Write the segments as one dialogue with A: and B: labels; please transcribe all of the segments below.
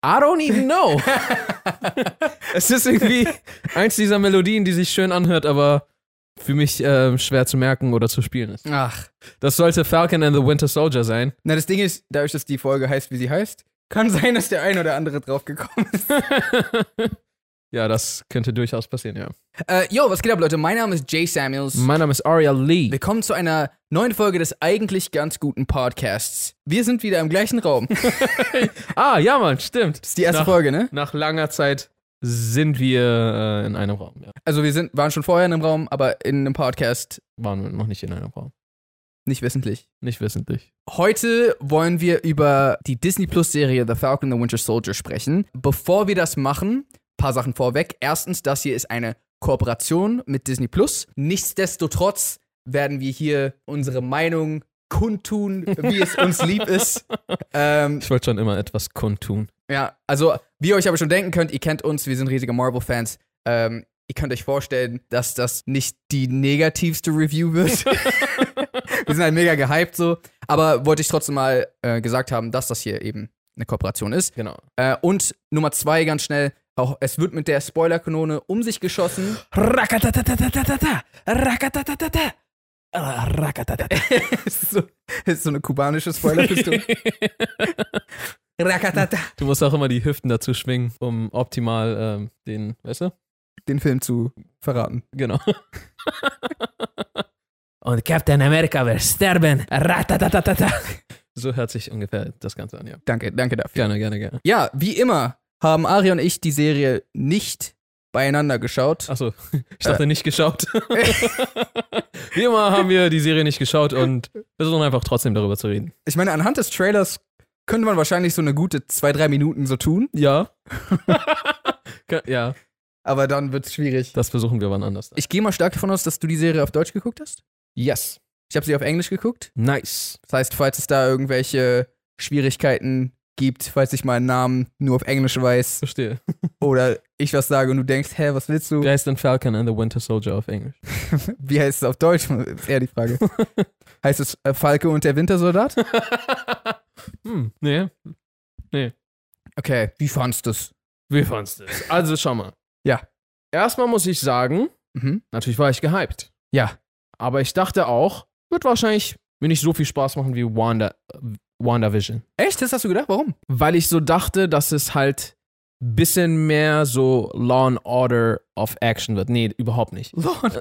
A: I don't even know. es ist irgendwie eins dieser Melodien, die sich schön anhört, aber für mich ähm, schwer zu merken oder zu spielen ist.
B: Ach.
A: Das sollte Falcon and the Winter Soldier sein.
B: Na, das Ding ist, dadurch, dass die Folge heißt, wie sie heißt, kann sein, dass der ein oder andere draufgekommen ist.
A: ja, das könnte durchaus passieren, ja.
B: Äh, yo, was geht ab, Leute? Mein Name ist Jay Samuels.
A: Mein Name ist Aria Lee.
B: Willkommen zu einer neuen Folge des eigentlich ganz guten Podcasts. Wir sind wieder im gleichen Raum. Das
A: Ah, ja, Mann, stimmt.
B: ist die erste
A: Nach-
B: Folge, ne?
A: Nach langer Zeit sind wir äh, in einem Raum. Ja.
B: Also wir sind, waren schon vorher in einem Raum, aber in einem Podcast
A: Waren wir noch nicht in einem Raum.
B: nicht wissentlich.
A: Nicht wissentlich.
B: Heute wollen wir über die Disney Plus Serie The Falcon and the Winter Soldier sprechen. Bevor wir das machen, paar Sachen vorweg. Erstens, das hier ist eine Kooperation mit Disney Plus. Nichtsdestotrotz werden wir hier unsere Meinung kundtun, wie es uns lieb ist. Ähm,
A: Ich wollte schon immer etwas kundtun.
B: ja, also wie ihr euch aber schon denken könnt, ihr kennt uns, wir sind riesige Marvel-Fans. Ähm, ihr könnt euch vorstellen, dass das nicht die negativste Review wird. wir sind halt mega gehypt so. Aber wollte ich trotzdem mal äh, gesagt haben, dass das hier eben eine Kooperation ist.
A: Genau.
B: Äh, und Nummer zwei ganz schnell, auch es wird mit der Spoilerkanone um sich geschossen.
A: Rakatatatatata. Rakatatata. Rakatatata.
B: das, ist so, das ist so eine kubanische Spoilerpistole. Rakatata.
A: Du musst auch immer die Hüften dazu schwingen, um optimal ähm, den, weißt du?
B: Den Film zu verraten.
A: Genau. Und Captain America wird sterben. Ratatatata. So hört sich ungefähr das Ganze an, ja.
B: Danke, danke dafür.
A: Gerne, gerne, gerne.
B: Ja, wie immer haben Ari und ich die Serie nicht beieinander geschaut.
A: Achso, ich dachte nicht geschaut. Wie immer haben wir die Serie nicht geschaut und versuchen einfach trotzdem darüber zu reden.
B: Ich meine, anhand des Trailers könnte man wahrscheinlich so eine gute zwei, drei Minuten so tun,
A: Ja. ja,
B: aber dann wird's schwierig.
A: das versuchen wir wann anders.
B: Ich gehe mal stark davon aus, dass du die Serie auf Deutsch geguckt hast.
A: Yes.
B: Ich habe sie auf Englisch geguckt.
A: Nice.
B: Das heißt, falls es da irgendwelche Schwierigkeiten gibt, falls ich meinen Namen nur auf Englisch weiß
A: Verstehe.
B: oder ich was sage und du denkst, hä, was willst du?
A: Wie heißt denn Falcon and the Winter Soldier auf Englisch?
B: Wie heißt es auf Deutsch? Ist eher die Frage. heißt es äh, Falke und der Wintersoldat?
A: Hm, nee.
B: Okay, wie fandst du's?
A: Wie fandst du es? Also schau mal.
B: Ja.
A: Erstmal muss ich sagen,
B: Mhm.
A: natürlich war ich gehypt.
B: Ja,
A: Aber ich dachte auch, wird wahrscheinlich mir nicht so viel Spaß machen wie Wanda, äh, WandaVision.
B: Echt? Das hast du gedacht? Warum?
A: weil ich so dachte, dass es halt ein bisschen mehr so Law and Order of Action wird. Nee, überhaupt nicht.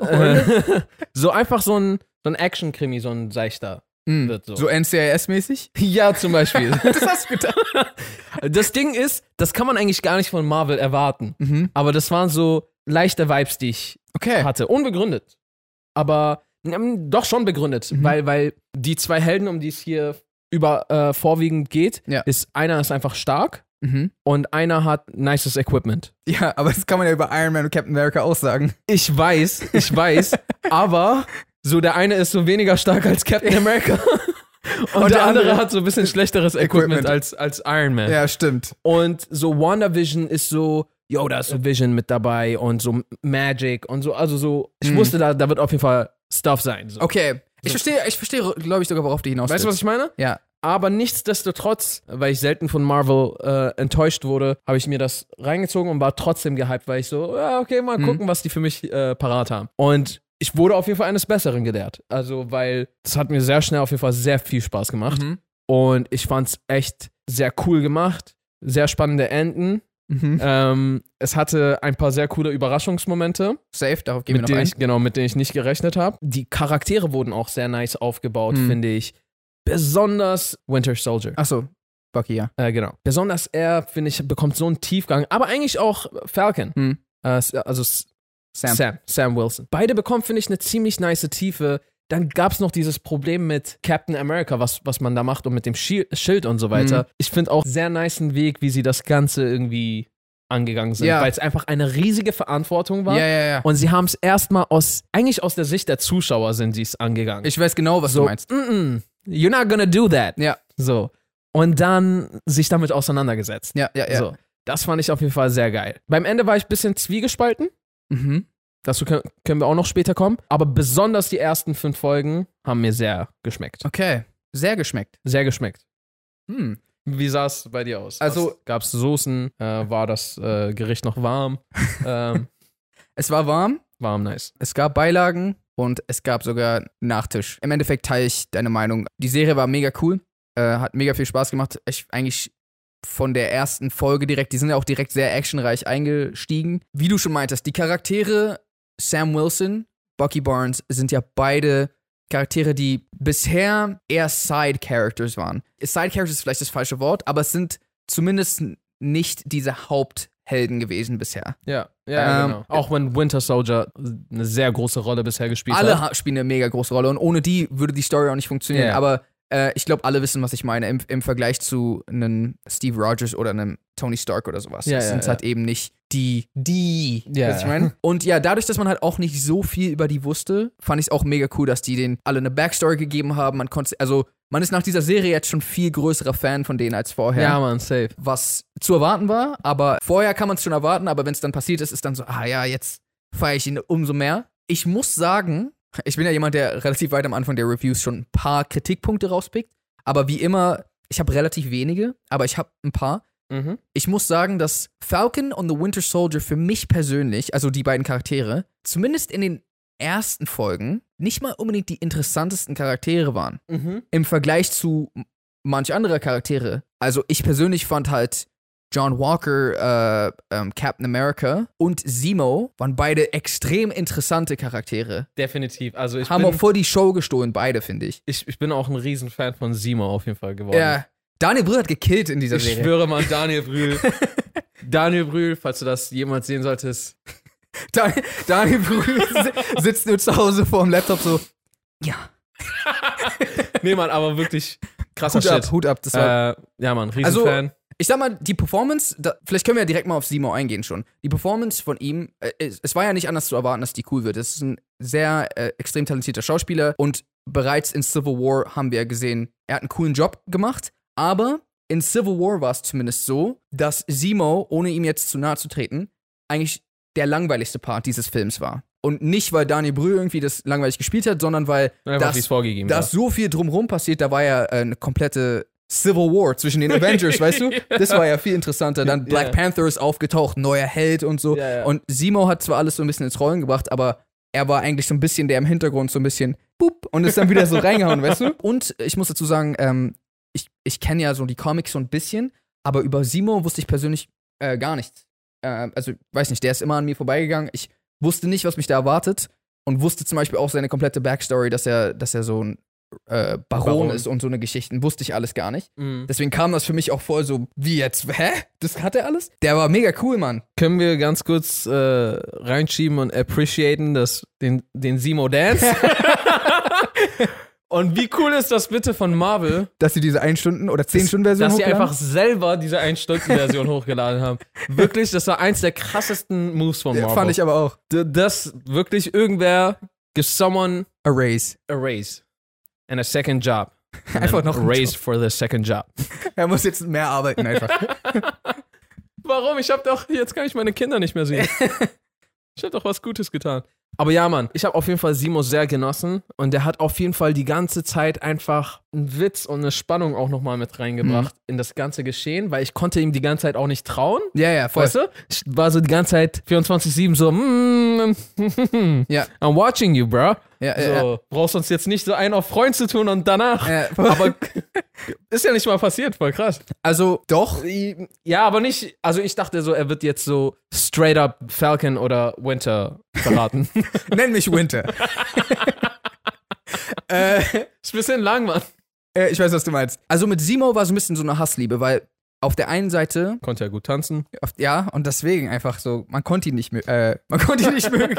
A: Äh, so einfach so ein, so ein Action-Krimi, so ein seichter
B: Mm.
A: wird so.
B: So, NCIS-mäßig?
A: Ja, zum Beispiel.
B: das hast du gedacht.
A: das Ding ist, das kann man eigentlich gar nicht von Marvel erwarten.
B: Mhm.
A: Aber das waren so leichte Vibes, die ich
B: Okay.
A: hatte. Unbegründet. Aber ähm, doch schon begründet,
B: Mhm.
A: weil, weil die zwei Helden, um die es hier über äh, vorwiegend geht,
B: Ja.
A: ist einer ist einfach stark
B: Mhm.
A: und einer hat nices Equipment.
B: Ja, aber das kann man ja über Iron Man und Captain America auch sagen.
A: Ich weiß, ich weiß, aber so der eine ist so weniger stark als Captain America. Und, der, andere, hat so ein bisschen schlechteres Equipment,
B: Equipment.
A: als, als Iron Man.
B: Ja, stimmt.
A: Und so WandaVision ist so, yo, da ist so Vision mit dabei und so Magic und so, also so, ich
B: Mhm.
A: wusste, da, da wird auf jeden Fall Stuff sein. So.
B: Okay. Ich
A: So.
B: verstehe, ich verstehe, glaube ich, sogar, worauf du hinaus
A: Weißt du, was
B: willst.
A: ich meine?
B: Ja.
A: Aber nichtsdestotrotz, weil ich selten von Marvel äh, enttäuscht wurde, habe ich mir das reingezogen und war trotzdem gehypt, weil ich so, ja, okay, mal
B: Mhm.
A: gucken, was die für mich äh, parat haben. Und ich wurde auf jeden Fall eines Besseren gelehrt. Also, weil das hat mir sehr schnell auf jeden Fall sehr viel Spaß gemacht.
B: Mhm.
A: Und ich fand es echt sehr cool gemacht. Sehr spannende Enden.
B: Mhm.
A: ähm, es hatte ein paar sehr coole Überraschungsmomente
B: Safe, darauf gehen wir
A: mit
B: noch
A: denen
B: ein.
A: ich, genau, mit denen ich nicht gerechnet habe. Die Charaktere wurden auch sehr nice aufgebaut,
B: Hm.
A: finde ich. Besonders Winter Soldier.
B: Achso, Bucky, ja.
A: Äh, genau. Besonders er, finde ich, bekommt so einen Tiefgang. Aber eigentlich auch Falcon.
B: Hm.
A: Äh, s- also s-
B: Sam.
A: Sam. Sam Wilson. Beide bekommen, finde ich, eine ziemlich nice Tiefe. Dann gab es noch dieses Problem mit Captain America, was, was man da macht und mit dem Schi- Schild und
B: Hm.
A: so weiter. Ich finde auch sehr nice einen Weg, wie sie das Ganze irgendwie angegangen sind,
B: Ja.
A: weil es einfach eine riesige Verantwortung war.
B: Ja, ja, ja.
A: Und sie haben es erstmal aus, eigentlich aus der Sicht der Zuschauer sind sie es angegangen.
B: Ich weiß genau, was
A: so,
B: du meinst.
A: Mm -mm, you're not gonna do that.
B: Ja.
A: So. Und dann sich damit auseinandergesetzt.
B: Ja, ja, ja.
A: So. Das fand ich auf jeden Fall sehr geil. Beim Ende war ich ein bisschen zwiegespalten.
B: Mhm.
A: Dazu können, können wir auch noch später kommen. Aber besonders die ersten fünf Folgen haben mir sehr geschmeckt.
B: Okay. Sehr geschmeckt.
A: Sehr geschmeckt.
B: Hm.
A: Wie sah es bei dir aus?
B: Also-
A: gab es Soßen? Äh, war das äh, Gericht noch warm? ähm,
B: Es war warm,
A: warm, nice.
B: es gab Beilagen und es gab sogar Nachtisch. Im Endeffekt teile ich deine Meinung. Die Serie war mega cool, äh, hat mega viel Spaß gemacht. Ich eigentlich von der ersten Folge direkt, die sind ja auch direkt sehr actionreich eingestiegen. Wie du schon meintest, die Charaktere Sam Wilson, Bucky Barnes sind ja beide Charaktere, die bisher eher Side-Characters waren. Side-Characters ist vielleicht das falsche Wort, aber es sind zumindest nicht diese Haupthelden gewesen bisher.
A: Ja,
B: ja,
A: ähm,
B: genau.
A: Auch wenn Winter Soldier eine sehr große Rolle bisher gespielt
B: alle
A: hat.
B: ha- spielen eine mega große Rolle und ohne die würde die Story auch nicht funktionieren.
A: Ja.
B: Aber äh, ich glaube, alle wissen, was ich meine im, im Vergleich zu einem Steve Rogers oder einem Tony Stark oder sowas.
A: Ja,
B: das
A: ja,
B: sind
A: ja.
B: halt eben nicht die, die,
A: Ja,
B: was ich
A: ja.
B: meine. Und ja, dadurch, dass man halt auch nicht so viel über die wusste, fand ich es auch mega cool, dass die denen alle eine Backstory gegeben haben. Man konnte, also man ist nach dieser Serie jetzt schon viel größerer Fan von denen als vorher
A: Ja, man, safe.
B: was zu erwarten war, aber vorher kann man es schon erwarten, aber wenn es dann passiert ist, ist dann so, ah ja, jetzt feiere ich ihn umso mehr. Ich muss sagen, ich bin ja jemand, der relativ weit am Anfang der Reviews schon ein paar Kritikpunkte rauspickt, aber wie immer, ich habe relativ wenige, aber ich habe ein paar.
A: Mhm.
B: Ich muss sagen, dass Falcon und The Winter Soldier für mich persönlich, also die beiden Charaktere, zumindest in den ersten Folgen nicht mal unbedingt die interessantesten Charaktere waren
A: Mhm.
B: im Vergleich zu m- manch anderer Charaktere. Also ich persönlich fand halt John Walker, äh, ähm, Captain America und Zemo waren beide extrem interessante Charaktere.
A: Definitiv. Also ich
B: Haben auch
A: bin,
B: voll die Show gestohlen, beide, finde ich.
A: ich, ich bin auch ein Riesenfan von Simo auf jeden Fall geworden.
B: Ja. Daniel Brühl hat gekillt in dieser
A: Oh, Ich
B: Serie.
A: schwöre mal, Daniel Brühl. Daniel Brühl, falls du das jemals sehen solltest.
B: Dan Daniel Brühl si- sitzt nur zu Hause vor dem Laptop so, ja,
A: Nee, Mann, aber wirklich krasser
B: Hut ab,
A: Shit.
B: Hut ab. Das war
A: Äh, ja, Mann,
B: Also
A: Riesenfan.
B: Ich sag mal, die Performance, da, vielleicht können wir ja direkt mal auf Simo eingehen schon. Die Performance von ihm, äh, es, es war ja nicht anders zu erwarten, dass die cool wird. Es ist ein sehr äh, extrem talentierter Schauspieler und bereits in Civil War haben wir ja gesehen, er hat einen coolen Job gemacht, aber in Civil War war es zumindest so, dass Simo, ohne ihm jetzt zu nahe zu treten, eigentlich der langweiligste Part dieses Films war. Und nicht, weil Daniel Brühl irgendwie das langweilig gespielt hat, sondern weil
A: Einfach,
B: das-
A: wie es vorgegeben
B: da ist so viel drumherum passiert, da war ja äh, eine komplette Civil War zwischen den Avengers, weißt du? Das war ja viel interessanter. Dann Black
A: Ja.
B: Panther ist aufgetaucht, neuer Held und so.
A: Ja, ja.
B: Und Simo hat zwar alles so ein bisschen ins Rollen gebracht, aber er war eigentlich so ein bisschen der im Hintergrund, so ein bisschen boop und ist dann wieder so reingehauen, weißt du? Und ich muss dazu sagen, ähm, ich, ich kenne ja so die Comics so ein bisschen, aber über Simo wusste ich persönlich äh, gar nichts. Äh, also, weiß nicht, der ist immer an mir vorbeigegangen. Ich wusste nicht, was mich da erwartet und wusste zum Beispiel auch seine komplette Backstory, dass er, dass er so ein äh, Baron,
A: Baron.
B: ist und so eine Geschichten. Wusste ich alles gar nicht.
A: war. Mhm.
B: Deswegen kam das für mich auch voll so, wie jetzt? Hä? Das hat er alles? Der war mega cool, Mann.
A: Können wir ganz kurz äh, reinschieben und appreciaten das, den, den Simo Dance? und wie cool ist das bitte von Marvel,
B: Dass sie diese 1 Stunden oder 10 Stunden Version
A: dass sie
B: hochladen?
A: einfach selber diese 1-Stunden-Version hochgeladen haben? Wirklich, das war eins der krassesten Moves von Marvel.
B: Fand ich aber auch.
A: D- das wirklich irgendwer give someone
B: Erase.
A: a raise and a second job. And
B: Einfach
A: then
B: noch
A: a
B: ein
A: raise for the second job.
B: Er muss jetzt mehr arbeiten einfach.
A: Warum? Ich habe doch jetzt kann ich meine Kinder nicht mehr sehen. ich habe doch was Gutes getan. Aber ja, Mann, ich habe auf jeden Fall Simo sehr genossen und der hat auf jeden Fall die ganze Zeit einfach einen Witz und eine Spannung auch nochmal mit reingebracht
B: Mhm.
A: in das ganze Geschehen, weil ich konnte ihm die ganze Zeit auch nicht trauen.
B: ja, ja, voll.
A: Weißt du? Ich war so die ganze Zeit 24-7 so, mm,
B: Ja.
A: I'm watching you, bro.
B: Ja, ja,
A: So, brauchst uns jetzt nicht so einen auf Freund zu tun und danach.
B: ja.
A: Aber ist ja nicht mal passiert, voll krass.
B: also, doch.
A: Ja, aber nicht, also ich dachte so, er wird jetzt so straight up Falcon oder Winter verraten.
B: Nenn mich Winter. äh,
A: ist ein bisschen lang, Mann.
B: äh, ich weiß, was du meinst. Also mit Simo war so ein bisschen so eine Hassliebe, weil auf der einen Seite,
A: Konnte ja gut tanzen.
B: auf, ja, und deswegen einfach so, man konnte ihn nicht, mö- äh, man konnte ihn nicht mögen.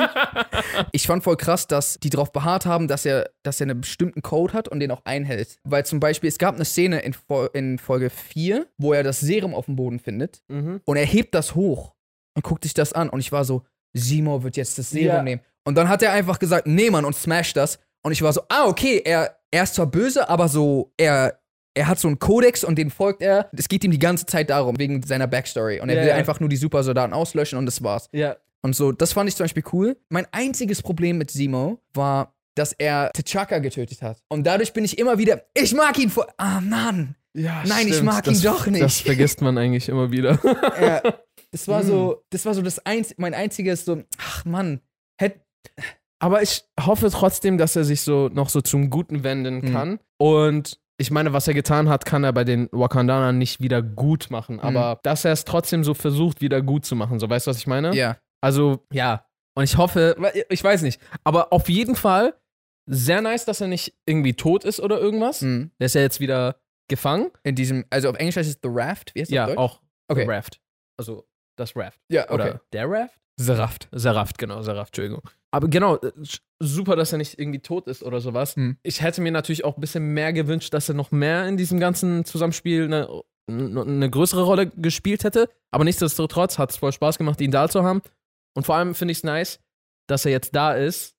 B: Ich fand voll krass, dass die darauf beharrt haben, dass er, dass er einen bestimmten Code hat und den auch einhält. Weil zum Beispiel, es gab eine Szene in, Fol- in Folge 4, wo er das Serum auf dem Boden findet
A: Mhm.
B: Und er hebt das hoch und guckt sich das an. Und ich war so, Simo wird jetzt das Serum
A: Ja.
B: nehmen. Und dann hat er einfach gesagt, nee, Mann, und smash das. Und ich war so, ah, okay, er, er ist zwar böse, aber so, er, Er hat so einen Kodex und den folgt er. Es geht ihm die ganze Zeit darum, wegen seiner Backstory. Und er
A: Ja,
B: will
A: ja.
B: einfach nur die Supersoldaten auslöschen und das war's.
A: Ja.
B: Und so, das fand ich zum Beispiel cool. Mein einziges Problem mit Simo war, dass er T'Chaka getötet hat. Und dadurch bin ich immer wieder, ich mag ihn vor. Ah, Mann!
A: ja
B: Nein, ich mag ihn
A: das,
B: doch nicht.
A: Das vergisst man eigentlich immer wieder.
B: Ja, Äh, das war so, das war so das einz mein einziges so, ach Mann, hätt,
A: Aber ich hoffe trotzdem, dass er sich so noch so zum Guten wenden
B: Mhm.
A: kann. Und ich meine, was er getan hat, kann er bei den Wakandanern nicht wieder gut machen. Aber dass er es trotzdem so versucht, wieder gut zu machen. So, weißt du, was ich meine?
B: ja.
A: Also, ja. Und ich hoffe, ich weiß nicht. Aber auf jeden Fall sehr nice, dass er nicht irgendwie tot ist oder irgendwas.
B: Mhm.
A: Der ist ja jetzt wieder gefangen.
B: In diesem, also auf Englisch heißt es The Raft, wie heißt
A: Ja,
B: das auf Deutsch?
A: auch
B: Okay.
A: The Raft. Also das Raft.
B: Ja, okay.
A: Oder der Raft? The Raft. The Raft, genau, The Raft, Entschuldigung. Aber genau, äh, sch- super, dass er nicht irgendwie tot ist oder sowas.
B: Hm.
A: Ich hätte mir natürlich auch ein bisschen mehr gewünscht, dass er noch mehr in diesem ganzen Zusammenspiel eine, n- eine größere Rolle gespielt hätte. Aber nichtsdestotrotz hat es voll Spaß gemacht, ihn da zu haben. Und vor allem finde ich es nice, dass er jetzt da ist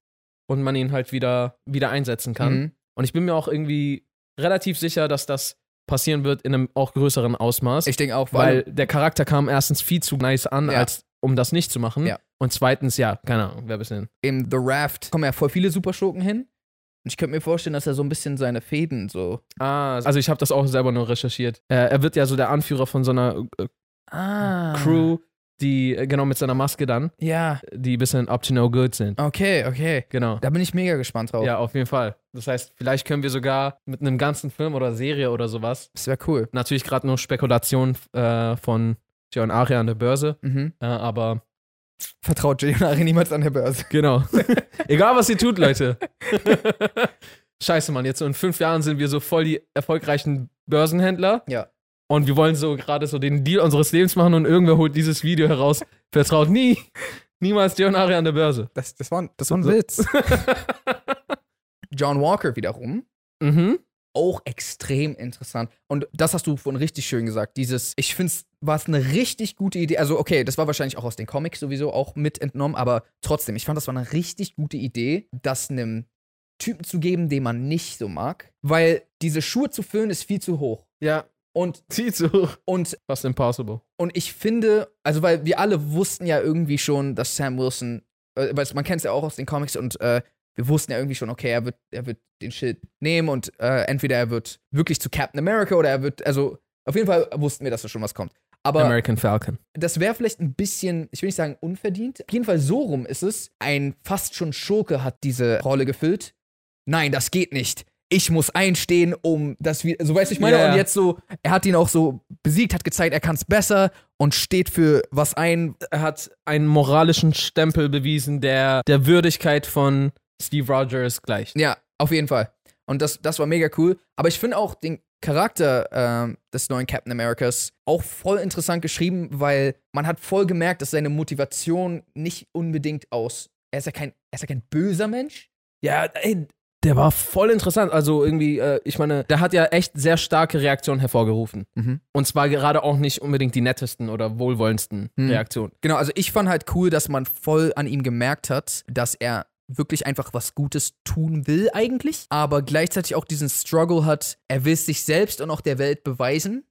A: und man ihn halt wieder, wieder einsetzen kann.
B: Mhm.
A: Und ich bin mir auch irgendwie relativ sicher, dass das passieren wird in einem auch größeren Ausmaß.
B: Ich denke auch,
A: weil
B: weil,
A: der Charakter kam erstens viel zu nice an,
B: Ja.
A: als um das nicht zu machen.
B: Ja.
A: Und zweitens, ja, keine Ahnung, wer ein bisschen.
B: im The Raft kommen ja voll viele Superschurken hin. Und ich könnte mir vorstellen, dass er so ein bisschen seine Fäden so.
A: Ah, also ich habe das auch selber nur recherchiert. Äh, er wird ja so der Anführer von so einer äh,
B: Ah.
A: Crew, die, äh, genau mit seiner Maske dann,
B: Ja.
A: die ein bisschen up to no good sind.
B: Okay, okay.
A: Genau.
B: Da bin ich mega gespannt drauf.
A: Ja, auf jeden Fall. Das heißt, vielleicht können wir sogar mit einem ganzen Film oder Serie oder sowas,
B: Das wäre cool.
A: natürlich gerade nur Spekulationen äh, von John Aria an der Börse,
B: Mhm.
A: äh, aber
B: Vertraut Jedi niemals an der Börse.
A: Genau. Egal, was ihr tut, Leute. Scheiße, Mann. Jetzt so in fünf Jahren sind wir so voll die erfolgreichen Börsenhändler.
B: Ja.
A: Und wir wollen so gerade so den Deal unseres Lebens machen und irgendwer holt dieses Video heraus. Vertraut nie, niemals Dionari an der Börse.
B: Das, das, war, das war ein Witz. John Walker wiederum.
A: Mhm.
B: auch extrem interessant. Und das hast du von richtig schön gesagt. Dieses, ich finde es, war es eine richtig gute Idee. Also, okay, das war wahrscheinlich auch aus den Comics sowieso auch mit entnommen, aber trotzdem, ich fand, das war eine richtig gute Idee, das einem Typen zu geben, den man nicht so mag. Weil diese Schuhe zu füllen ist viel zu hoch.
A: Ja.
B: Und,
A: Zieht so.
B: und,
A: Fast impossible.
B: und ich finde, also, weil wir alle wussten ja irgendwie schon, dass Sam Wilson, äh, weil man kennt es ja auch aus den Comics und, äh, wir wussten ja irgendwie schon, okay, er wird, er wird den Schild nehmen und äh, entweder er wird wirklich zu Captain America oder er wird, also auf jeden Fall wussten wir, dass da schon was kommt. Aber
A: American Falcon.
B: das wäre vielleicht ein bisschen, ich will nicht sagen unverdient. Auf jeden Fall so rum ist es. Ein fast schon Schurke hat diese Rolle gefüllt. Nein, das geht nicht. Ich muss einstehen, um das wieder. So weißt du, ich meine,
A: Ja, ja.
B: und jetzt so, er hat ihn auch so besiegt, hat gezeigt, er kann es besser und steht für was ein.
A: Er hat einen moralischen Stempel bewiesen, der der Würdigkeit von Steve Rogers gleicht.
B: Ja, auf jeden Fall. Und das, das war mega cool. Aber ich finde auch den Charakter ähm, des neuen Captain Americas auch voll interessant geschrieben, weil man hat voll gemerkt, dass seine Motivation nicht unbedingt aus. Er ist ja kein, er ist ja kein böser Mensch.
A: Ja, ey, der war voll interessant. Also irgendwie, äh, ich meine, der hat ja echt sehr starke Reaktionen hervorgerufen.
B: Mhm.
A: Und zwar gerade auch nicht unbedingt die nettesten oder wohlwollendsten
B: Hm.
A: Reaktionen.
B: Genau, also ich fand halt cool, dass man voll an ihm gemerkt hat, dass er wirklich einfach was Gutes tun will eigentlich, aber gleichzeitig auch diesen Struggle hat, er will es sich selbst und auch der Welt beweisen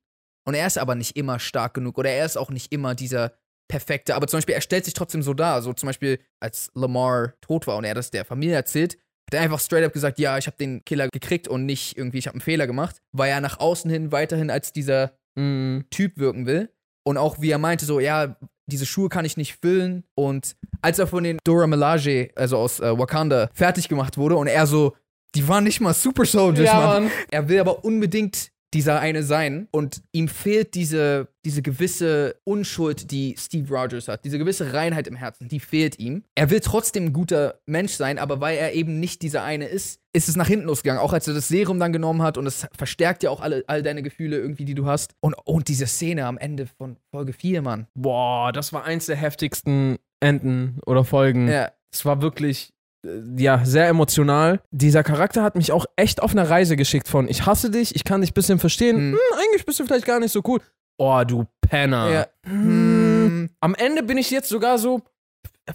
B: und er ist aber nicht immer stark genug oder er ist auch nicht immer dieser perfekte, aber zum Beispiel er stellt sich trotzdem so dar, so zum Beispiel als Lamar tot war und er das der Familie erzählt, hat er einfach straight up gesagt, ja, ich habe den Killer gekriegt und nicht irgendwie, ich habe einen Fehler gemacht, weil er nach außen hin weiterhin als dieser
A: Mhm.
B: Typ wirken will. Und auch wie er meinte, so, ja, diese Schuhe kann ich nicht füllen. Und als er von den Dora Milaje, also aus äh, Wakanda, fertig gemacht wurde und er so, die waren nicht mal Super Soldiers, Mann. Er will aber unbedingt dieser eine sein. Und ihm fehlt diese, diese gewisse Unschuld, die Steve Rogers hat. Diese gewisse Reinheit im Herzen, die fehlt ihm. Er will trotzdem ein guter Mensch sein, aber weil er eben nicht dieser eine ist, ist es nach hinten losgegangen. Auch als er das Serum dann genommen hat und es verstärkt ja auch alle, all deine Gefühle irgendwie, die du hast. Und, und diese Szene am Ende von Folge 4, Mann.
A: Boah, das war eins der heftigsten Enden oder Folgen.
B: Ja.
A: Es war wirklich, äh, ja, sehr emotional. Dieser Charakter hat mich auch echt auf eine Reise geschickt von ich hasse dich, ich kann dich ein bisschen verstehen.
B: Hm.
A: Hm, eigentlich bist du vielleicht gar nicht so cool. Oh, du Penner.
B: ja.
A: Hm. Am Ende bin ich jetzt sogar so,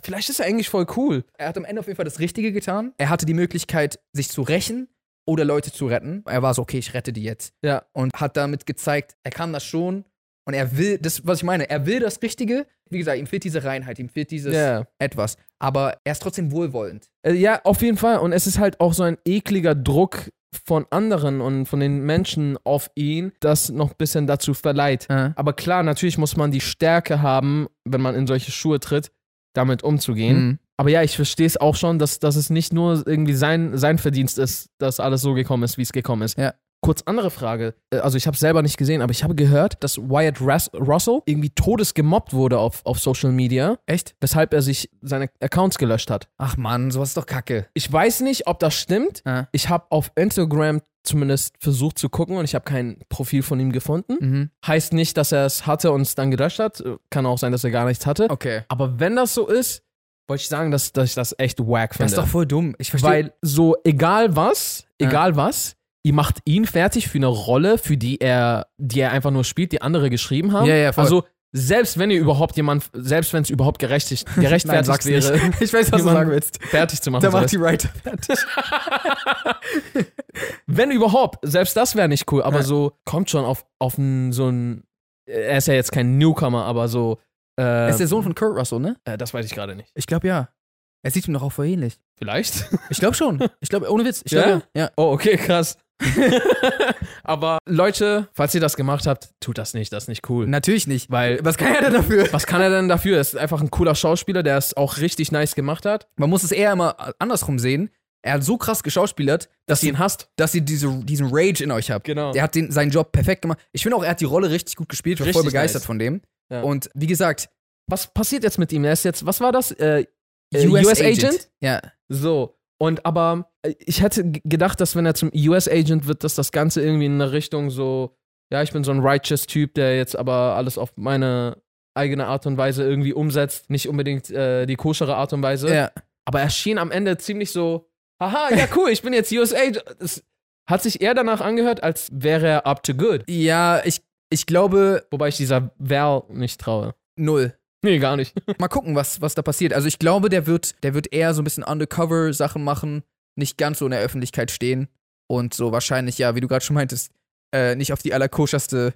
A: vielleicht ist er eigentlich voll cool.
B: Er hat am Ende auf jeden Fall das Richtige getan. Er hatte die Möglichkeit, sich zu rächen. oder Leute zu retten. Er war so, okay, ich rette die jetzt.
A: Ja.
B: Und hat damit gezeigt, er kann das schon. Und er will, das, was ich meine, er will das Richtige. Wie gesagt, ihm fehlt diese Reinheit, ihm fehlt dieses
A: Ja.
B: etwas. Aber er ist trotzdem wohlwollend.
A: Äh, Ja, auf jeden Fall. Und es ist halt auch so ein ekliger Druck von anderen und von den Menschen auf ihn, das noch ein bisschen dazu verleiht. Aber klar, natürlich muss man die Stärke haben, wenn man in solche Schuhe tritt, damit umzugehen.
B: Mhm.
A: Aber ja, ich verstehe es auch schon, dass, dass es nicht nur irgendwie sein, sein Verdienst ist, dass alles so gekommen ist, wie es gekommen ist.
B: Ja.
A: Kurz andere Frage. Äh, Also ich habe selber nicht gesehen, aber ich habe gehört, dass Wyatt Rus Russell irgendwie todesgemobbt wurde auf, auf Social Media,
B: Echt?
A: weshalb er sich seine Accounts gelöscht hat.
B: Ach Mann, sowas ist doch kacke.
A: Ich weiß nicht, ob das stimmt.
B: Ja.
A: Ich habe auf Instagram zumindest versucht zu gucken und ich habe kein Profil von ihm gefunden.
B: Mhm.
A: Heißt nicht, dass er es hatte und es dann gelöscht hat. Äh, Kann auch sein, dass er gar nichts hatte.
B: Okay.
A: Aber wenn das so ist, wollte ich sagen, dass, dass ich das echt wack finde.
B: Das ist doch voll dumm. Ich verstehe.
A: Weil so egal was,
B: Ja.
A: egal was, ihr macht ihn fertig für eine Rolle, für die er, die er einfach nur spielt, die andere geschrieben haben.
B: Ja, ja, voll.
A: Also selbst wenn ihr überhaupt jemand, selbst wenn es überhaupt gerechtigt, gerechtfertigt
B: sag's nicht.
A: wäre,
B: ich weiß,
A: Jemand-
B: willst.
A: fertig zu machen.
B: Da
A: sowas.
B: macht die Writer.
A: Wenn überhaupt, selbst das wäre nicht cool, aber
B: Ja.
A: so kommt schon auf, auf n, so ein. Er ist ja jetzt kein Newcomer, aber so. Äh,
B: ist der Sohn von Kurt Russell, ne?
A: äh, das weiß ich gerade nicht.
B: Ich glaube ja. Er sieht ihm doch auch voll ähnlich.
A: Vielleicht?
B: Ich glaube schon. Ich glaube, ohne Witz. Ich
A: Ja?
B: glaube ja.
A: Oh, okay, krass. aber Leute, falls ihr das gemacht habt, tut das nicht, das ist nicht cool.
B: Natürlich nicht.
A: Weil,
B: Was kann er denn dafür?
A: was kann er denn dafür? Er ist einfach ein cooler Schauspieler, der es auch richtig nice gemacht hat,
B: Man muss es eher immer andersrum sehen. Er hat so krass geschauspielert,
A: dass ihr ihn hasst.
B: dass ihr diese, diesen Rage in euch habt.
A: Genau.
B: Er hat den, seinen Job perfekt gemacht. Ich finde auch, er hat die Rolle richtig gut gespielt. Ich war voll
A: Richtig
B: begeistert
A: nice.
B: von dem.
A: Ja.
B: Und wie gesagt,
A: Was passiert jetzt mit ihm? Er ist jetzt, was war das? Äh, äh,
B: Ja.
A: So, und aber äh, ich hätte g- gedacht, dass wenn er zum US-Agent wird, dass das Ganze irgendwie in eine Richtung so, ja, ich bin so ein righteous Typ, der jetzt aber alles auf meine eigene Art und Weise irgendwie umsetzt, nicht unbedingt äh, die koschere Art und Weise.
B: ja.
A: Aber er schien am Ende ziemlich so, haha, ja cool, ich bin jetzt US-Agent. Es hat sich eher danach angehört, als wäre er up to good.
B: Ja, ich, ich glaube,
A: Wobei ich dieser Val nicht traue.
B: null.
A: Nee, gar nicht.
B: Mal gucken, was, was da passiert. Also ich glaube, der wird, der wird eher so ein bisschen Undercover-Sachen machen, nicht ganz so in der Öffentlichkeit stehen und so wahrscheinlich, ja, wie du gerade schon meintest, äh, nicht auf die allerkoscherste.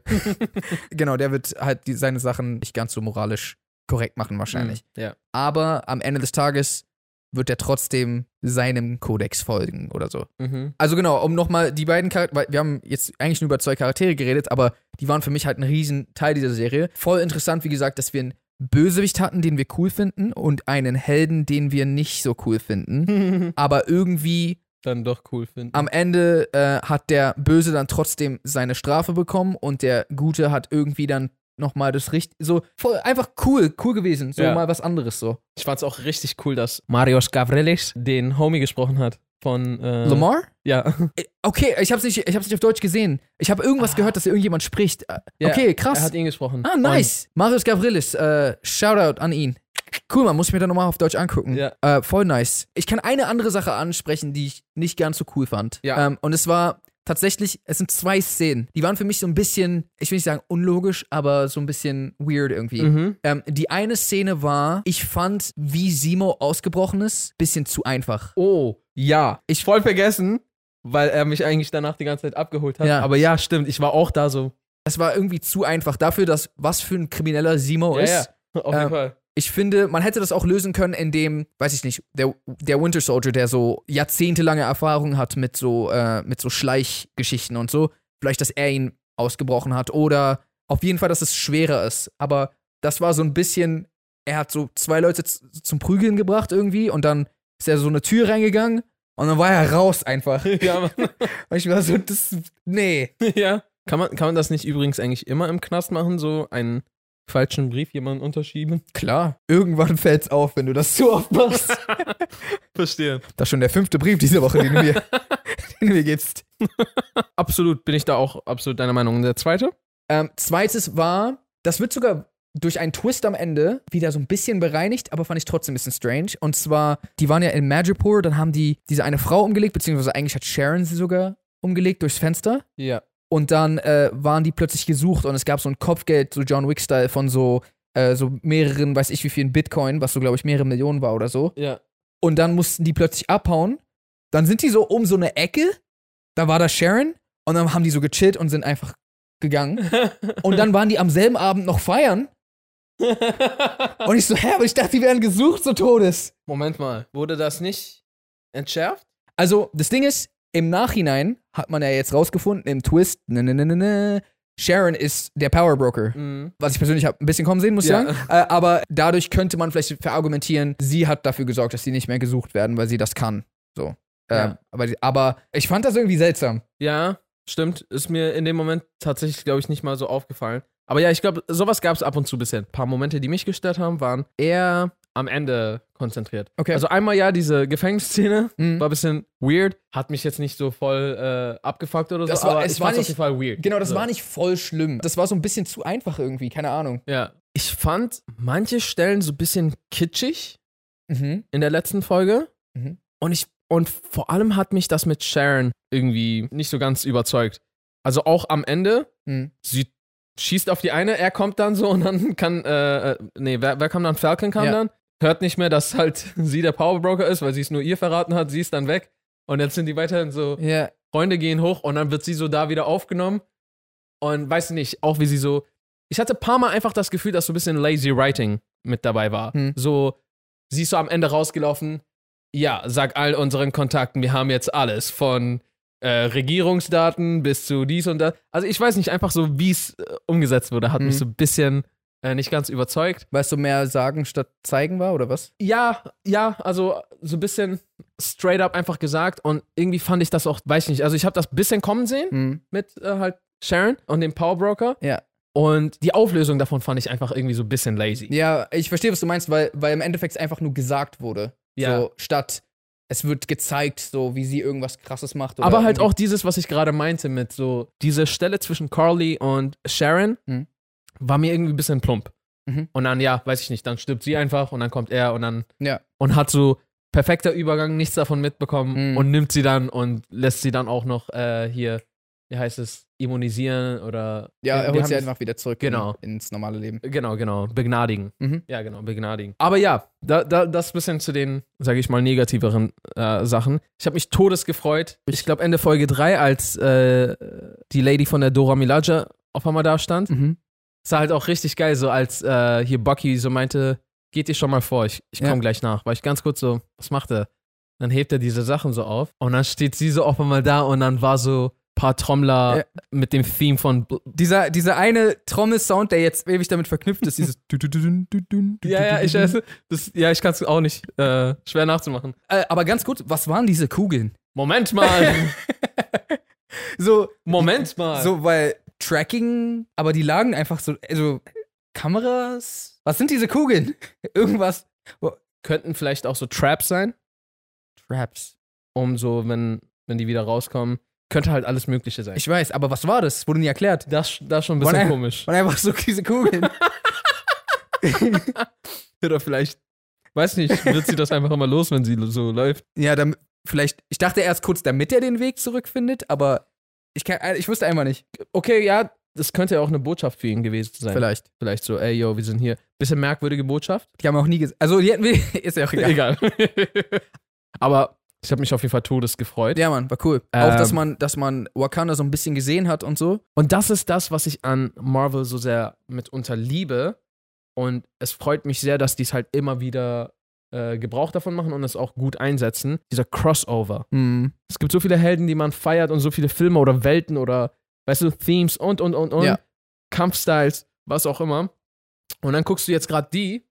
B: genau, der wird halt die, seine Sachen nicht ganz so moralisch korrekt machen wahrscheinlich.
A: Mhm. Ja.
B: Aber am Ende des Tages wird er trotzdem seinem Kodex folgen oder so.
A: Mhm.
B: Also genau, um nochmal die beiden Charaktere, wir haben jetzt eigentlich nur über zwei Charaktere geredet, aber die waren für mich halt ein riesen Teil dieser Serie. Voll interessant, wie gesagt, dass wir einen Bösewicht hatten, den wir cool finden und einen Helden, den wir nicht so cool finden. Aber irgendwie
A: Dann doch cool finden.
B: am Ende äh, hat der Böse dann trotzdem seine Strafe bekommen und der Gute hat irgendwie dann nochmal das Richt... So, voll einfach cool, cool gewesen. So
A: Ja.
B: mal was anderes so.
A: Ich fand's auch richtig cool, dass Marios Gavrilis den Homie gesprochen hat von äh,
B: Lamar?
A: Ja.
B: Äh, Okay, ich hab's nicht, ich hab's nicht auf Deutsch gesehen. Ich habe irgendwas gehört, dass irgendjemand spricht. Äh,
A: Ah. Ja,
B: okay, krass.
A: Er hat ihn gesprochen.
B: Ah, nice. Marius Gavrilis, äh, Shoutout an ihn. Cool, man muss ich mir dann nochmal auf Deutsch angucken.
A: Ja.
B: Äh, voll nice. Ich kann eine andere Sache ansprechen, die ich nicht ganz so cool fand.
A: Ja.
B: Ähm, und es war tatsächlich, es sind zwei Szenen. Die waren für mich so ein bisschen, ich will nicht sagen unlogisch, aber so ein bisschen weird irgendwie.
A: Und, mhm.
B: Ähm, die eine Szene war, ich fand, wie Simo ausgebrochen ist, bisschen zu einfach.
A: Oh, ja. Ich voll vergessen, weil er mich eigentlich danach die ganze Zeit abgeholt hat.
B: Ja.
A: Aber ja, stimmt. Ich war auch da so.
B: Das war irgendwie zu einfach dafür, dass was für ein krimineller Simo
A: Oh,
B: ist.
A: Auf
B: Ähm,
A: jeden Fall.
B: ich finde, man hätte das auch lösen können, indem, weiß ich nicht, der, der Winter Soldier, der so jahrzehntelange Erfahrung hat mit so, äh, mit so Schleichgeschichten und so, vielleicht, dass er ihn ausgebrochen hat oder auf jeden Fall, dass es schwerer ist. Aber das war so ein bisschen, er hat so zwei Leute z- zum Prügeln gebracht irgendwie und dann ist er so eine Tür reingegangen und dann war er raus einfach.
A: ja, Mann.
B: Und ich war so, das, nee.
A: ja. Kann man, kann man das nicht übrigens eigentlich immer im Knast machen, so einen falschen Brief jemanden unterschieben?
B: Klar, irgendwann fällt's auf, wenn du das zu oft machst.
A: Verstehe.
B: Das ist schon der fünfte Brief diese Woche, den du mir, den du mir gibst.
A: Absolut, bin ich da auch absolut deiner Meinung. Und der zweite?
B: Ähm, zweites war, das wird sogar durch einen Twist am Ende wieder so ein bisschen bereinigt, aber fand ich trotzdem ein bisschen strange. Und zwar, die waren ja in Madripoor, dann haben die diese eine Frau umgelegt, beziehungsweise eigentlich hat Sharon sie sogar umgelegt durchs Fenster.
A: Ja.
B: Und dann äh, waren die plötzlich gesucht und es gab so ein Kopfgeld, so John Wick-Style von so, äh, so mehreren, weiß ich wie vielen Bitcoin, was so, glaube ich, mehrere Millionen war oder so.
A: Ja.
B: Und dann mussten die plötzlich abhauen. Dann sind die so um so eine Ecke Da war da Sharon und dann haben die so gechillt und sind einfach gegangen. Und dann waren die am selben Abend noch feiern. Und ich so, hä, aber ich dachte, die wären gesucht zu Todes.
A: Moment mal, wurde das nicht entschärft?
B: Also, das Ding ist, im Nachhinein hat man ja jetzt rausgefunden, im Twist, ne, ne, ne, ne, ne, Sharon ist der Powerbroker.
A: Mhm.
B: Was ich persönlich hab ein bisschen kommen sehen, muss ich
A: Ja.
B: sagen. Äh, aber dadurch könnte man vielleicht verargumentieren, sie hat dafür gesorgt, dass sie nicht mehr gesucht werden, weil sie das kann. So. Ähm,
A: Ja.
B: aber, aber ich fand das irgendwie seltsam.
A: Ja, stimmt. Ist mir in dem Moment tatsächlich, glaube ich, nicht mal so aufgefallen. Aber ja, ich glaube, sowas gab es ab und zu bisher. Ein paar Momente, die mich gestört haben, waren eher am Ende konzentriert.
B: Okay.
A: Also einmal ja, diese Gefängnisszene
B: Mhm.
A: war ein bisschen weird. Hat mich jetzt nicht so voll äh, abgefuckt oder
B: Das
A: so,
B: war-
A: aber
B: es
A: ich
B: war
A: fand's auf
B: nicht-
A: jeden Fall weird.
B: Genau, das
A: so.
B: war nicht voll schlimm. Das war so ein bisschen zu einfach irgendwie, keine Ahnung.
A: Ja. Ich fand manche Stellen so ein bisschen kitschig
B: Mhm.
A: in der letzten Folge.
B: Mhm.
A: Und ich und vor allem hat mich das mit Sharon irgendwie nicht so ganz überzeugt. Also auch am Ende,
B: Mhm.
A: sie schießt auf die eine, er kommt dann so und dann kann, äh, äh, nee, wer, wer kam dann? Falcon kam
B: Ja.
A: dann, hört nicht mehr, dass halt sie der Powerbroker ist, weil sie es nur ihr verraten hat, sie ist dann weg. Und jetzt sind die weiterhin so,
B: Ja,
A: Freunde gehen hoch und dann wird sie so da wieder aufgenommen. Und weiß nicht, auch wie sie so. Ich hatte ein paar Mal einfach das Gefühl, dass so ein bisschen lazy writing mit dabei war.
B: Hm.
A: So, sie ist so am Ende rausgelaufen. Ja, sag all unseren Kontakten, wir haben jetzt alles von äh, Regierungsdaten bis zu dies und das. Also ich weiß nicht, einfach so, wie es äh, umgesetzt wurde, hat
B: Hm.
A: mich so ein bisschen äh, nicht ganz überzeugt.
B: weißt du, mehr sagen statt zeigen war oder was?
A: Ja, ja, also so ein bisschen straight up einfach gesagt und irgendwie fand ich das auch, weiß ich nicht, also ich habe das ein bisschen kommen sehen
B: Mhm.
A: mit äh, halt Sharon und dem Powerbroker.
B: Ja.
A: Und die Auflösung davon fand ich einfach irgendwie so ein bisschen lazy.
B: Ja, ich verstehe, was du meinst, weil, weil im Endeffekt es einfach nur gesagt wurde.
A: Ja.
B: So, statt es wird gezeigt, so wie sie irgendwas krasses macht. Oder
A: Aber halt
B: irgendwie-
A: auch dieses, was ich gerade meinte mit so, diese Stelle zwischen Carly und Sharon
B: Mhm.
A: war mir irgendwie ein bisschen plump.
B: Mhm.
A: Und dann, ja, weiß ich nicht, dann stirbt sie einfach und dann kommt er und dann
B: Ja.
A: und hat so perfekter Übergang, nichts davon mitbekommen
B: Mhm.
A: und nimmt sie dann und lässt sie dann auch noch äh, hier, wie heißt es, immunisieren oder
B: Ja,
A: die
B: er holt
A: haben
B: sie halt
A: das-
B: einfach wieder zurück
A: Genau.
B: in, ins normale Leben.
A: Genau, genau. Begnadigen.
B: Mhm.
A: Ja, genau, begnadigen. Aber ja, da, da, das bisschen zu den, sage ich mal, negativeren äh, Sachen. Ich habe mich todes gefreut. Ich glaube, Ende Folge 3, als äh, die Lady von der Dora Milaje auf einmal da stand.
B: Mhm.
A: Es war halt auch richtig geil, so als äh, hier Bucky so meinte, geht ihr schon mal vor, ich, ich komme
B: Ja.
A: gleich nach. War ich ganz kurz so, was macht er? Dann hebt er diese Sachen so auf und dann steht sie so auf einmal da und dann war so ein paar Trommler
B: Ja.
A: mit dem Theme von Bl-
B: Dieser, dieser eine Trommel-Sound, der jetzt ewig damit verknüpft ist, dieses.
A: Ja, ja, ich weiß. Das, ja, ich kann es auch nicht. Äh, schwer nachzumachen.
B: Äh, aber ganz gut, was waren diese Kugeln?
A: Moment mal.
B: So,
A: Moment mal.
B: So, weil Tracking, aber die lagen einfach so, also Kameras. Was sind diese Kugeln? Irgendwas.
A: Könnten vielleicht auch so Traps sein,
B: Traps.
A: um so, wenn, wenn die wieder rauskommen. Könnte halt alles Mögliche sein.
B: Ich weiß, aber was war das? Wurde nie erklärt.
A: das, das ist schon ein
B: Waren
A: bisschen
B: ein-
A: komisch.
B: Waren einfach so diese Kugeln.
A: Oder vielleicht, weiß nicht, wird sie das einfach immer los, wenn sie so läuft.
B: ja, dann vielleicht. Ich dachte erst kurz, damit er den Weg zurückfindet, aber ich kann, ich wusste einfach nicht.
A: Okay, ja, das könnte ja auch eine Botschaft für ihn gewesen sein.
B: Vielleicht.
A: Vielleicht so, ey, yo, wir sind hier. Bisschen merkwürdige Botschaft.
B: Die haben auch nie gesagt. Also die hätten wir. Ist ja auch egal.
A: Egal. Aber ich habe mich auf jeden Fall todes gefreut.
B: Ja, Mann, war cool.
A: Ähm.
B: Auch dass man, dass man Wakanda so ein bisschen gesehen hat und so.
A: Und das ist das, was ich an Marvel so sehr mitunter liebe. Und es freut mich sehr, dass die es halt immer wieder äh, Gebrauch davon machen und es auch gut einsetzen. Dieser Crossover. Es gibt so viele Helden, die man feiert und so viele Filme oder Welten oder, weißt du, Themes und, und, und, und.
B: Ja.
A: Kampfstyles, was auch immer. Und dann guckst du jetzt gerade die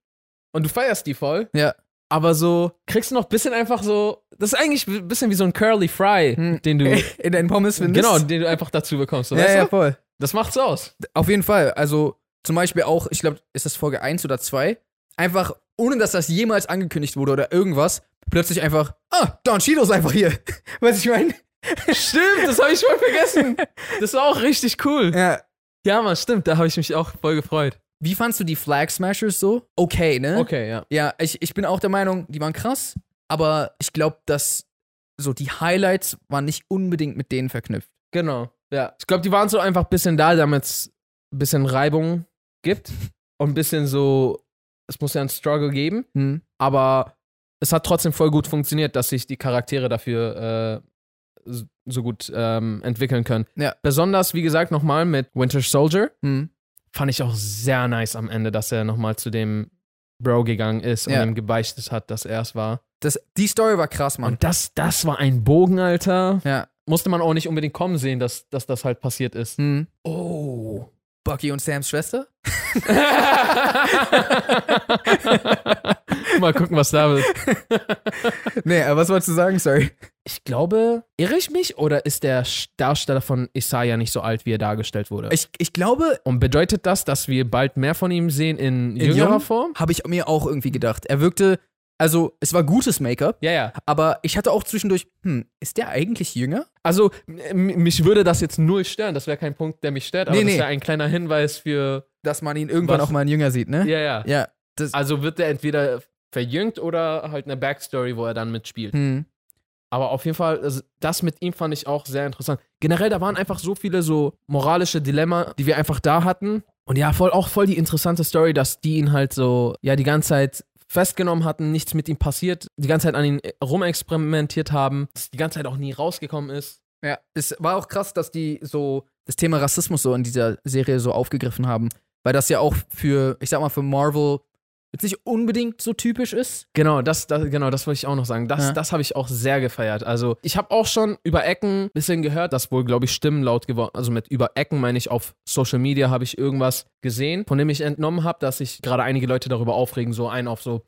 A: und du feierst die voll.
B: Ja.
A: Aber so kriegst du noch ein bisschen einfach so, das ist eigentlich ein bisschen wie so ein Curly Fry,
B: Hm.
A: den du,
B: In deinen Pommes findest.
A: genau, den du einfach dazu bekommst. So,
B: Ja,
A: weißt
B: ja,
A: du?
B: voll.
A: Das macht's aus.
B: Auf jeden Fall. Also zum Beispiel auch, ich glaube, ist das Folge 1 oder 2? Einfach, ohne dass das jemals angekündigt wurde oder irgendwas, plötzlich einfach, ah, Don Cheeto ist einfach hier. Weißt du, ich meine?
A: Stimmt, das habe ich voll vergessen. Das war auch richtig cool.
B: Ja.
A: Ja, Mann, stimmt, da habe ich mich auch voll gefreut.
B: Wie fandst du die Flag Smashers so? Okay, ne?
A: Okay, ja.
B: Ja, ich, ich bin auch der Meinung, die waren krass, aber ich glaube, dass so die Highlights waren nicht unbedingt mit denen verknüpft.
A: Genau. Ja. Ich glaube, die waren so einfach ein bisschen da, damit es ein bisschen Reibung gibt und ein bisschen so, es muss ja einen Struggle geben,
B: Hm.
A: aber es hat trotzdem voll gut funktioniert, dass sich die Charaktere dafür äh, so- so gut ähm, entwickeln können.
B: Ja.
A: Besonders, wie gesagt, nochmal mit Winter Soldier
B: Hm.
A: fand ich auch sehr nice am Ende, dass er nochmal zu dem Bro gegangen ist
B: Ja.
A: und ihm gebeichtet hat, dass er es war.
B: Das, die Story war krass, Mann.
A: Und das, das war ein Bogen, Alter.
B: Ja.
A: Musste man auch nicht unbedingt kommen sehen, dass, dass das halt passiert ist.
B: Hm. Oh. Bucky und Sams Schwester?
A: Mal gucken, was da wird.
B: nee, aber was wolltest du sagen? Sorry.
A: Ich glaube, irre ich mich oder ist der Sch- Darsteller von Isaiah nicht so alt, wie er dargestellt wurde?
B: Ich, ich glaube,
A: und bedeutet das, dass wir bald mehr von ihm sehen in,
B: In
A: jüngerer
B: jung?
A: Form?
B: habe ich mir auch irgendwie gedacht. Er wirkte, also es war gutes Make-up,
A: Ja, ja.
B: aber ich hatte auch zwischendurch, hm, ist der eigentlich jünger?
A: Also, m- mich würde das jetzt null stören. Das wäre kein Punkt, der mich stört, aber
B: Nee,
A: das
B: nee.
A: wäre ein kleiner Hinweis für.
B: Dass man ihn irgendwann
A: Was?
B: auch mal ein jünger sieht, ne?
A: Ja, ja.
B: Ja. Das,
A: Also wird er entweder verjüngt oder halt eine Backstory, wo er dann mitspielt.
B: hm.
A: Aber auf jeden Fall, also das mit ihm fand ich auch sehr interessant. Generell, da waren einfach so viele so moralische Dilemma, die wir einfach da hatten. Und ja, voll, auch voll die interessante Story, dass die ihn halt so, ja, die ganze Zeit festgenommen hatten, nichts mit ihm passiert, die ganze Zeit an ihn äh, rumexperimentiert haben, dass die ganze Zeit auch nie rausgekommen ist.
B: Ja, es war auch krass, dass die so das Thema Rassismus so in dieser Serie so aufgegriffen haben, weil das ja auch für, ich sag mal, für Marvel jetzt nicht unbedingt so typisch ist.
A: Genau, das, das, genau, das wollte ich auch noch sagen. Das,
B: Ja.
A: das habe ich auch sehr gefeiert. Also, ich habe auch schon über Ecken ein bisschen gehört, dass wohl, glaube ich, Stimmen laut geworden Also, mit über Ecken meine ich, auf Social Media habe ich irgendwas gesehen, von dem ich entnommen habe, dass sich gerade einige Leute darüber aufregen, so ein auf so,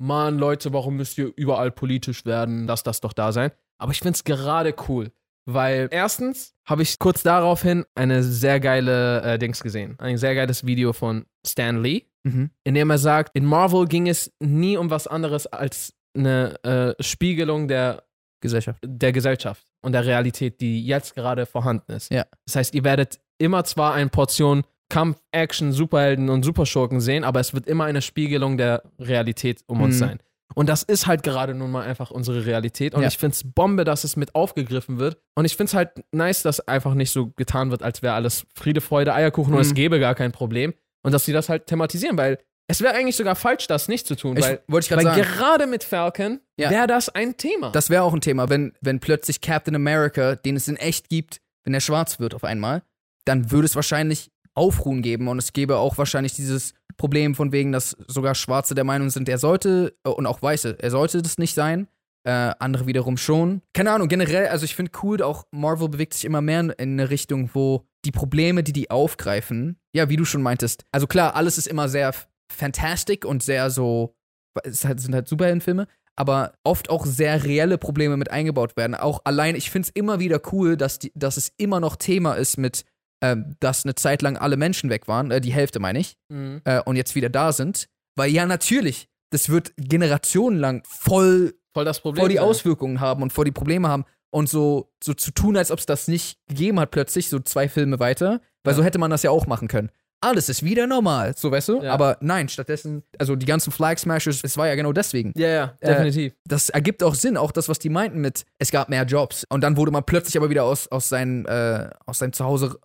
A: Mann, Leute, warum müsst ihr überall politisch werden? Lass das doch da sein. Aber ich finde es gerade cool. Weil erstens habe ich kurz daraufhin eine sehr geile äh, Dings gesehen. Ein sehr geiles Video von Stan Lee
B: Mhm.
A: in dem er sagt, in Marvel ging es nie um was anderes als eine äh, Spiegelung der,
B: Gesellschaft.
A: der Gesellschaft und der Realität, die jetzt gerade vorhanden ist.
B: Ja.
A: Das heißt, ihr werdet immer zwar eine Portion Kampf, Action, Superhelden und Superschurken sehen, aber es wird immer eine Spiegelung der Realität um uns
B: Mhm.
A: sein. Und das ist halt gerade nun mal einfach unsere Realität. Und
B: Ja.
A: ich finde es Bombe, dass es mit aufgegriffen wird. Und ich finde es halt nice, dass einfach nicht so getan wird, als wäre alles Friede, Freude, Eierkuchen und
B: Mhm.
A: es gäbe gar kein Problem. Und dass sie das halt thematisieren, weil es wäre eigentlich sogar falsch, das nicht zu tun.
B: Ich,
A: weil
B: wollte ich
A: weil
B: gerade sagen,
A: gerade mit Falcon
B: Ja.
A: wäre das ein Thema.
B: das wäre auch ein Thema, wenn, wenn plötzlich Captain America, den es in echt gibt, wenn er schwarz wird auf einmal, dann würde es wahrscheinlich Aufruhen geben und es gäbe auch wahrscheinlich dieses Problem von wegen, dass sogar Schwarze der Meinung sind, er sollte, äh, und auch Weiße, er sollte das nicht sein. äh, andere wiederum schon. Keine Ahnung, generell, also ich finde cool, auch Marvel bewegt sich immer mehr in eine Richtung, wo die Probleme, die die aufgreifen, ja, wie du schon meintest, also klar, alles ist immer sehr fantastic und sehr so, es ist halt- sind halt Superheldenfilme, aber oft auch sehr reelle Probleme mit eingebaut werden. Auch allein, ich finde es immer wieder cool, dass, die, dass es immer noch Thema ist mit, ähm, dass eine Zeit lang alle Menschen weg waren, äh, die Hälfte meine ich,
A: Mhm.
B: äh, und jetzt wieder da sind. Weil ja, natürlich, das wird generationenlang voll
A: Voll das Problem.
B: vor die
A: sein.
B: Auswirkungen haben und vor die Probleme haben und so, so zu tun, als ob es das nicht gegeben hat, plötzlich, so zwei Filme weiter, weil
A: Ja.
B: so hätte man das ja auch machen können. Alles ist wieder normal, so weißt du?
A: Ja.
B: Aber nein, stattdessen, also die ganzen Flag Smashers, es war ja genau deswegen.
A: Ja, ja,
B: Äh,
A: definitiv.
B: Das ergibt auch Sinn, auch das, was die meinten mit, es gab mehr Jobs. Und dann wurde man plötzlich aber wieder aus, aus, seinen, äh, aus seinem Zuhause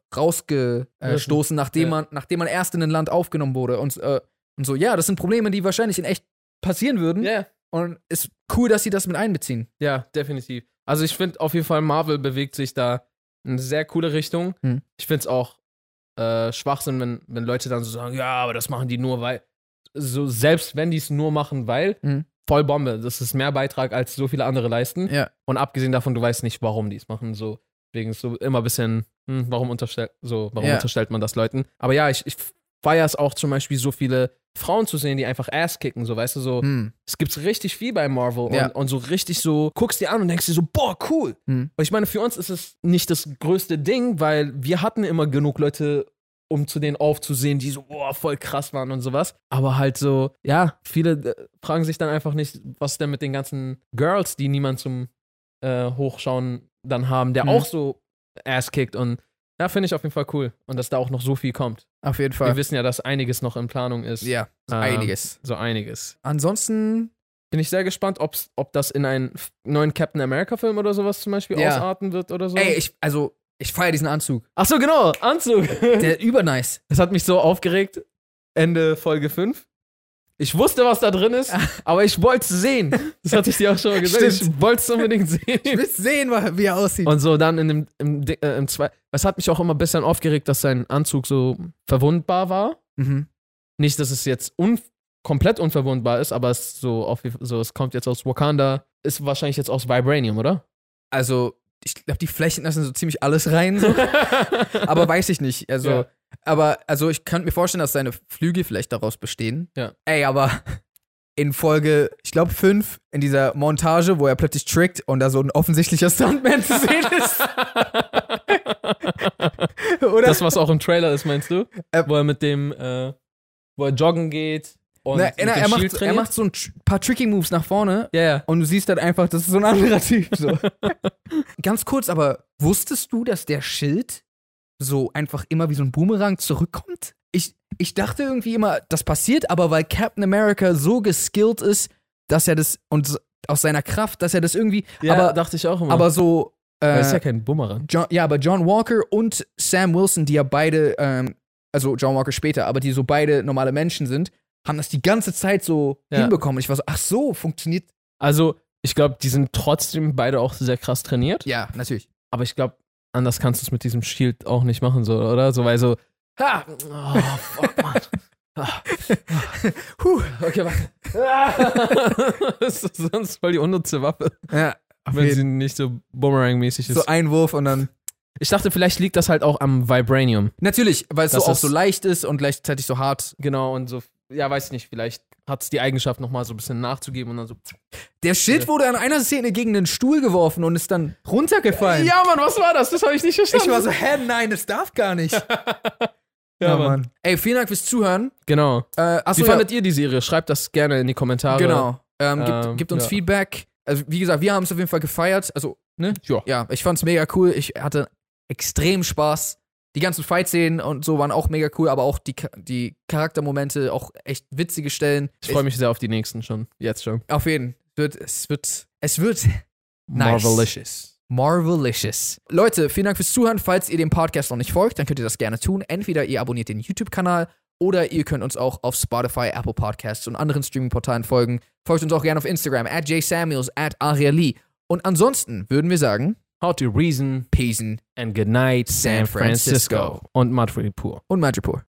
B: rausgestoßen, nachdem,
A: Ja.
B: man, nachdem man erst in ein Land aufgenommen wurde. Und, äh, und so, ja, das sind Probleme, die wahrscheinlich in echt passieren würden.
A: ja.
B: Und ist cool, dass sie das mit einbeziehen.
A: Ja, definitiv. Also ich finde auf jeden Fall, Marvel bewegt sich da in eine sehr coole Richtung.
B: Hm.
A: Ich finde es auch äh, Schwachsinn, wenn, wenn Leute dann so sagen, ja, aber das machen die nur, weil. So, selbst wenn die es nur machen, weil,
B: Mhm.
A: voll Bombe. Das ist mehr Beitrag, als so viele andere leisten.
B: Ja.
A: Und abgesehen davon, du weißt nicht, warum die es machen. So, deswegen ist so immer ein bisschen, hm, warum unterstellt, so, warum
B: Ja.
A: unterstellt man das Leuten? Aber ja, ich, ich feiere es auch zum Beispiel, so viele Frauen zu sehen, die einfach Ass kicken, so weißt du, so.
B: Hm.
A: Es gibt richtig viel bei Marvel
B: Ja.
A: und, und so richtig so, guckst dir an und denkst dir so, boah, cool.
B: Hm.
A: Und ich meine, für uns ist es nicht das größte Ding, weil wir hatten immer genug Leute, um zu denen aufzusehen, die so, boah, voll krass waren und sowas. Aber halt so, ja, viele äh, fragen sich dann einfach nicht, was denn mit den ganzen Girls, die niemand zum äh, Hochschauen dann haben, der
B: Hm.
A: auch so ass kickt und ja, finde ich auf jeden Fall cool. Und dass da auch noch so viel kommt.
B: Auf jeden
A: Wir
B: Fall.
A: wissen ja, dass einiges noch in Planung ist.
B: Ja,
A: Ähm,
B: einiges.
A: So einiges.
B: Ansonsten,
A: Bin ich sehr gespannt, ob's, ob das in einen f- neuen Captain America-Film oder sowas zum Beispiel
B: Ja.
A: ausarten wird oder so.
B: ey, ich, also, ich feiere diesen Anzug.
A: Ach so, genau, Anzug. Hm.
B: Der ist übernice.
A: das hat mich so aufgeregt. Ende Folge 5. Ich wusste, was da drin ist, aber ich wollte es sehen. Das hatte ich dir auch schon mal gesagt. Ich wollte es unbedingt
B: Ich
A: sehen.
B: will sehen, wa- wie er aussieht.
A: Hm. Und so dann in dem, im, Di- äh, im zwei. Es hat mich auch immer ein bisschen aufgeregt, dass sein Anzug so verwundbar war.
B: Mhm.
A: Nicht, dass es jetzt un komplett unverwundbar ist, aber es so, auf, so es kommt jetzt aus Wakanda, ist wahrscheinlich jetzt aus Vibranium, oder?
B: Also, ich glaube, die Flächen lassen so ziemlich alles rein. So. aber weiß ich nicht. Also,
A: Ja.
B: aber also ich könnte mir vorstellen, dass seine Flüge vielleicht daraus bestehen.
A: Ja.
B: Ey, aber in Folge, ich glaube, 5, in dieser Montage, wo er plötzlich trickt und da so ein offensichtlicher Stuntman zu sehen ist, oder?
A: Das, was auch im Trailer ist, meinst du?
B: Äh,
A: wo er mit dem, äh, wo er joggen geht und
B: Na,
A: mit dem
B: na, er,
A: Shield
B: macht, er
A: trainiert?
B: macht so ein tr- paar Tricking-Moves nach vorne
A: Ja, ja.
B: und du siehst dann einfach, das ist so ein anderer Typ. So. Ganz kurz, aber wusstest du, dass der Schild so einfach immer wie so ein Boomerang zurückkommt? Ich, ich dachte irgendwie immer, das passiert, aber weil Captain America so geskillt ist, dass er das und s- aus seiner Kraft, dass er das irgendwie.
A: ja
B: aber,
A: dachte ich auch immer.
B: aber so.
A: er ist ja
B: Äh,
A: kein Bumerang.
B: John, ja, aber John Walker und Sam Wilson, die ja beide, ähm, also John Walker später, aber die so beide normale Menschen sind, haben das die ganze Zeit so
A: Ja.
B: hinbekommen. Ich war so, ach so, funktioniert.
A: Also, ich glaube, die sind trotzdem beide auch sehr krass trainiert.
B: Ja, natürlich.
A: Aber ich glaube, anders kannst du es mit diesem Shield auch nicht machen, so, oder? So, weil so, ha! Oh, fuck, Mann. Ah.
B: Puh.
A: okay, warte. das ist sonst voll die unnütze Waffe,
B: Ja, auf
A: wenn
B: jeden.
A: sie nicht so Bumerang-mäßig ist.
B: so ein Wurf und dann.
A: ich dachte, vielleicht liegt das halt auch am Vibranium.
B: Natürlich, weil es so
A: Das
B: auch
A: ist-
B: so leicht ist und gleichzeitig so hart.
A: Genau, und so, ja, weiß ich nicht, vielleicht hat es die Eigenschaft, nochmal so ein bisschen nachzugeben und dann so.
B: Der Schild wurde an einer Szene gegen einen Stuhl geworfen und ist dann runtergefallen.
A: Ja, Mann, was war das? Das habe ich nicht verstanden.
B: Ich war so, hä, nein, das darf gar nicht.
A: ja, Mann.
B: Ey, vielen Dank fürs Zuhören.
A: Genau.
B: Äh, achso,
A: Wie
B: ja,
A: fandet ihr die Serie? Schreibt das gerne in die Kommentare.
B: genau. Ähm, gibt,
A: Ähm,
B: gibt uns
A: ja.
B: Feedback. Also, wie gesagt, wir haben es auf jeden Fall gefeiert. Also, ne?
A: Ja.
B: Ja, ich fand's mega cool. Ich hatte extrem Spaß. Die ganzen Fight-Szenen und so waren auch mega cool, aber auch die, Cha- die Charaktermomente, auch echt witzige Stellen.
A: Ich freue mich sehr auf die nächsten schon. Jetzt schon.
B: Auf jeden Fall. Es wird, es wird Nice.
A: Marvelicious.
B: marvelicious. Leute, vielen Dank fürs Zuhören. Falls ihr dem Podcast noch nicht folgt, dann könnt ihr das gerne tun. Entweder ihr abonniert den YouTube-Kanal oder ihr könnt uns auch auf Spotify, Apple Podcasts und anderen Streaming-Portalen folgen. Folgt uns auch gerne auf Instagram, at jsamuels, at ariali. Und ansonsten würden wir sagen,
A: How to reason
B: Peace
A: and good night, San
B: San Francisco.
A: Francisco. Und Madrid pur.
B: und Madripoor.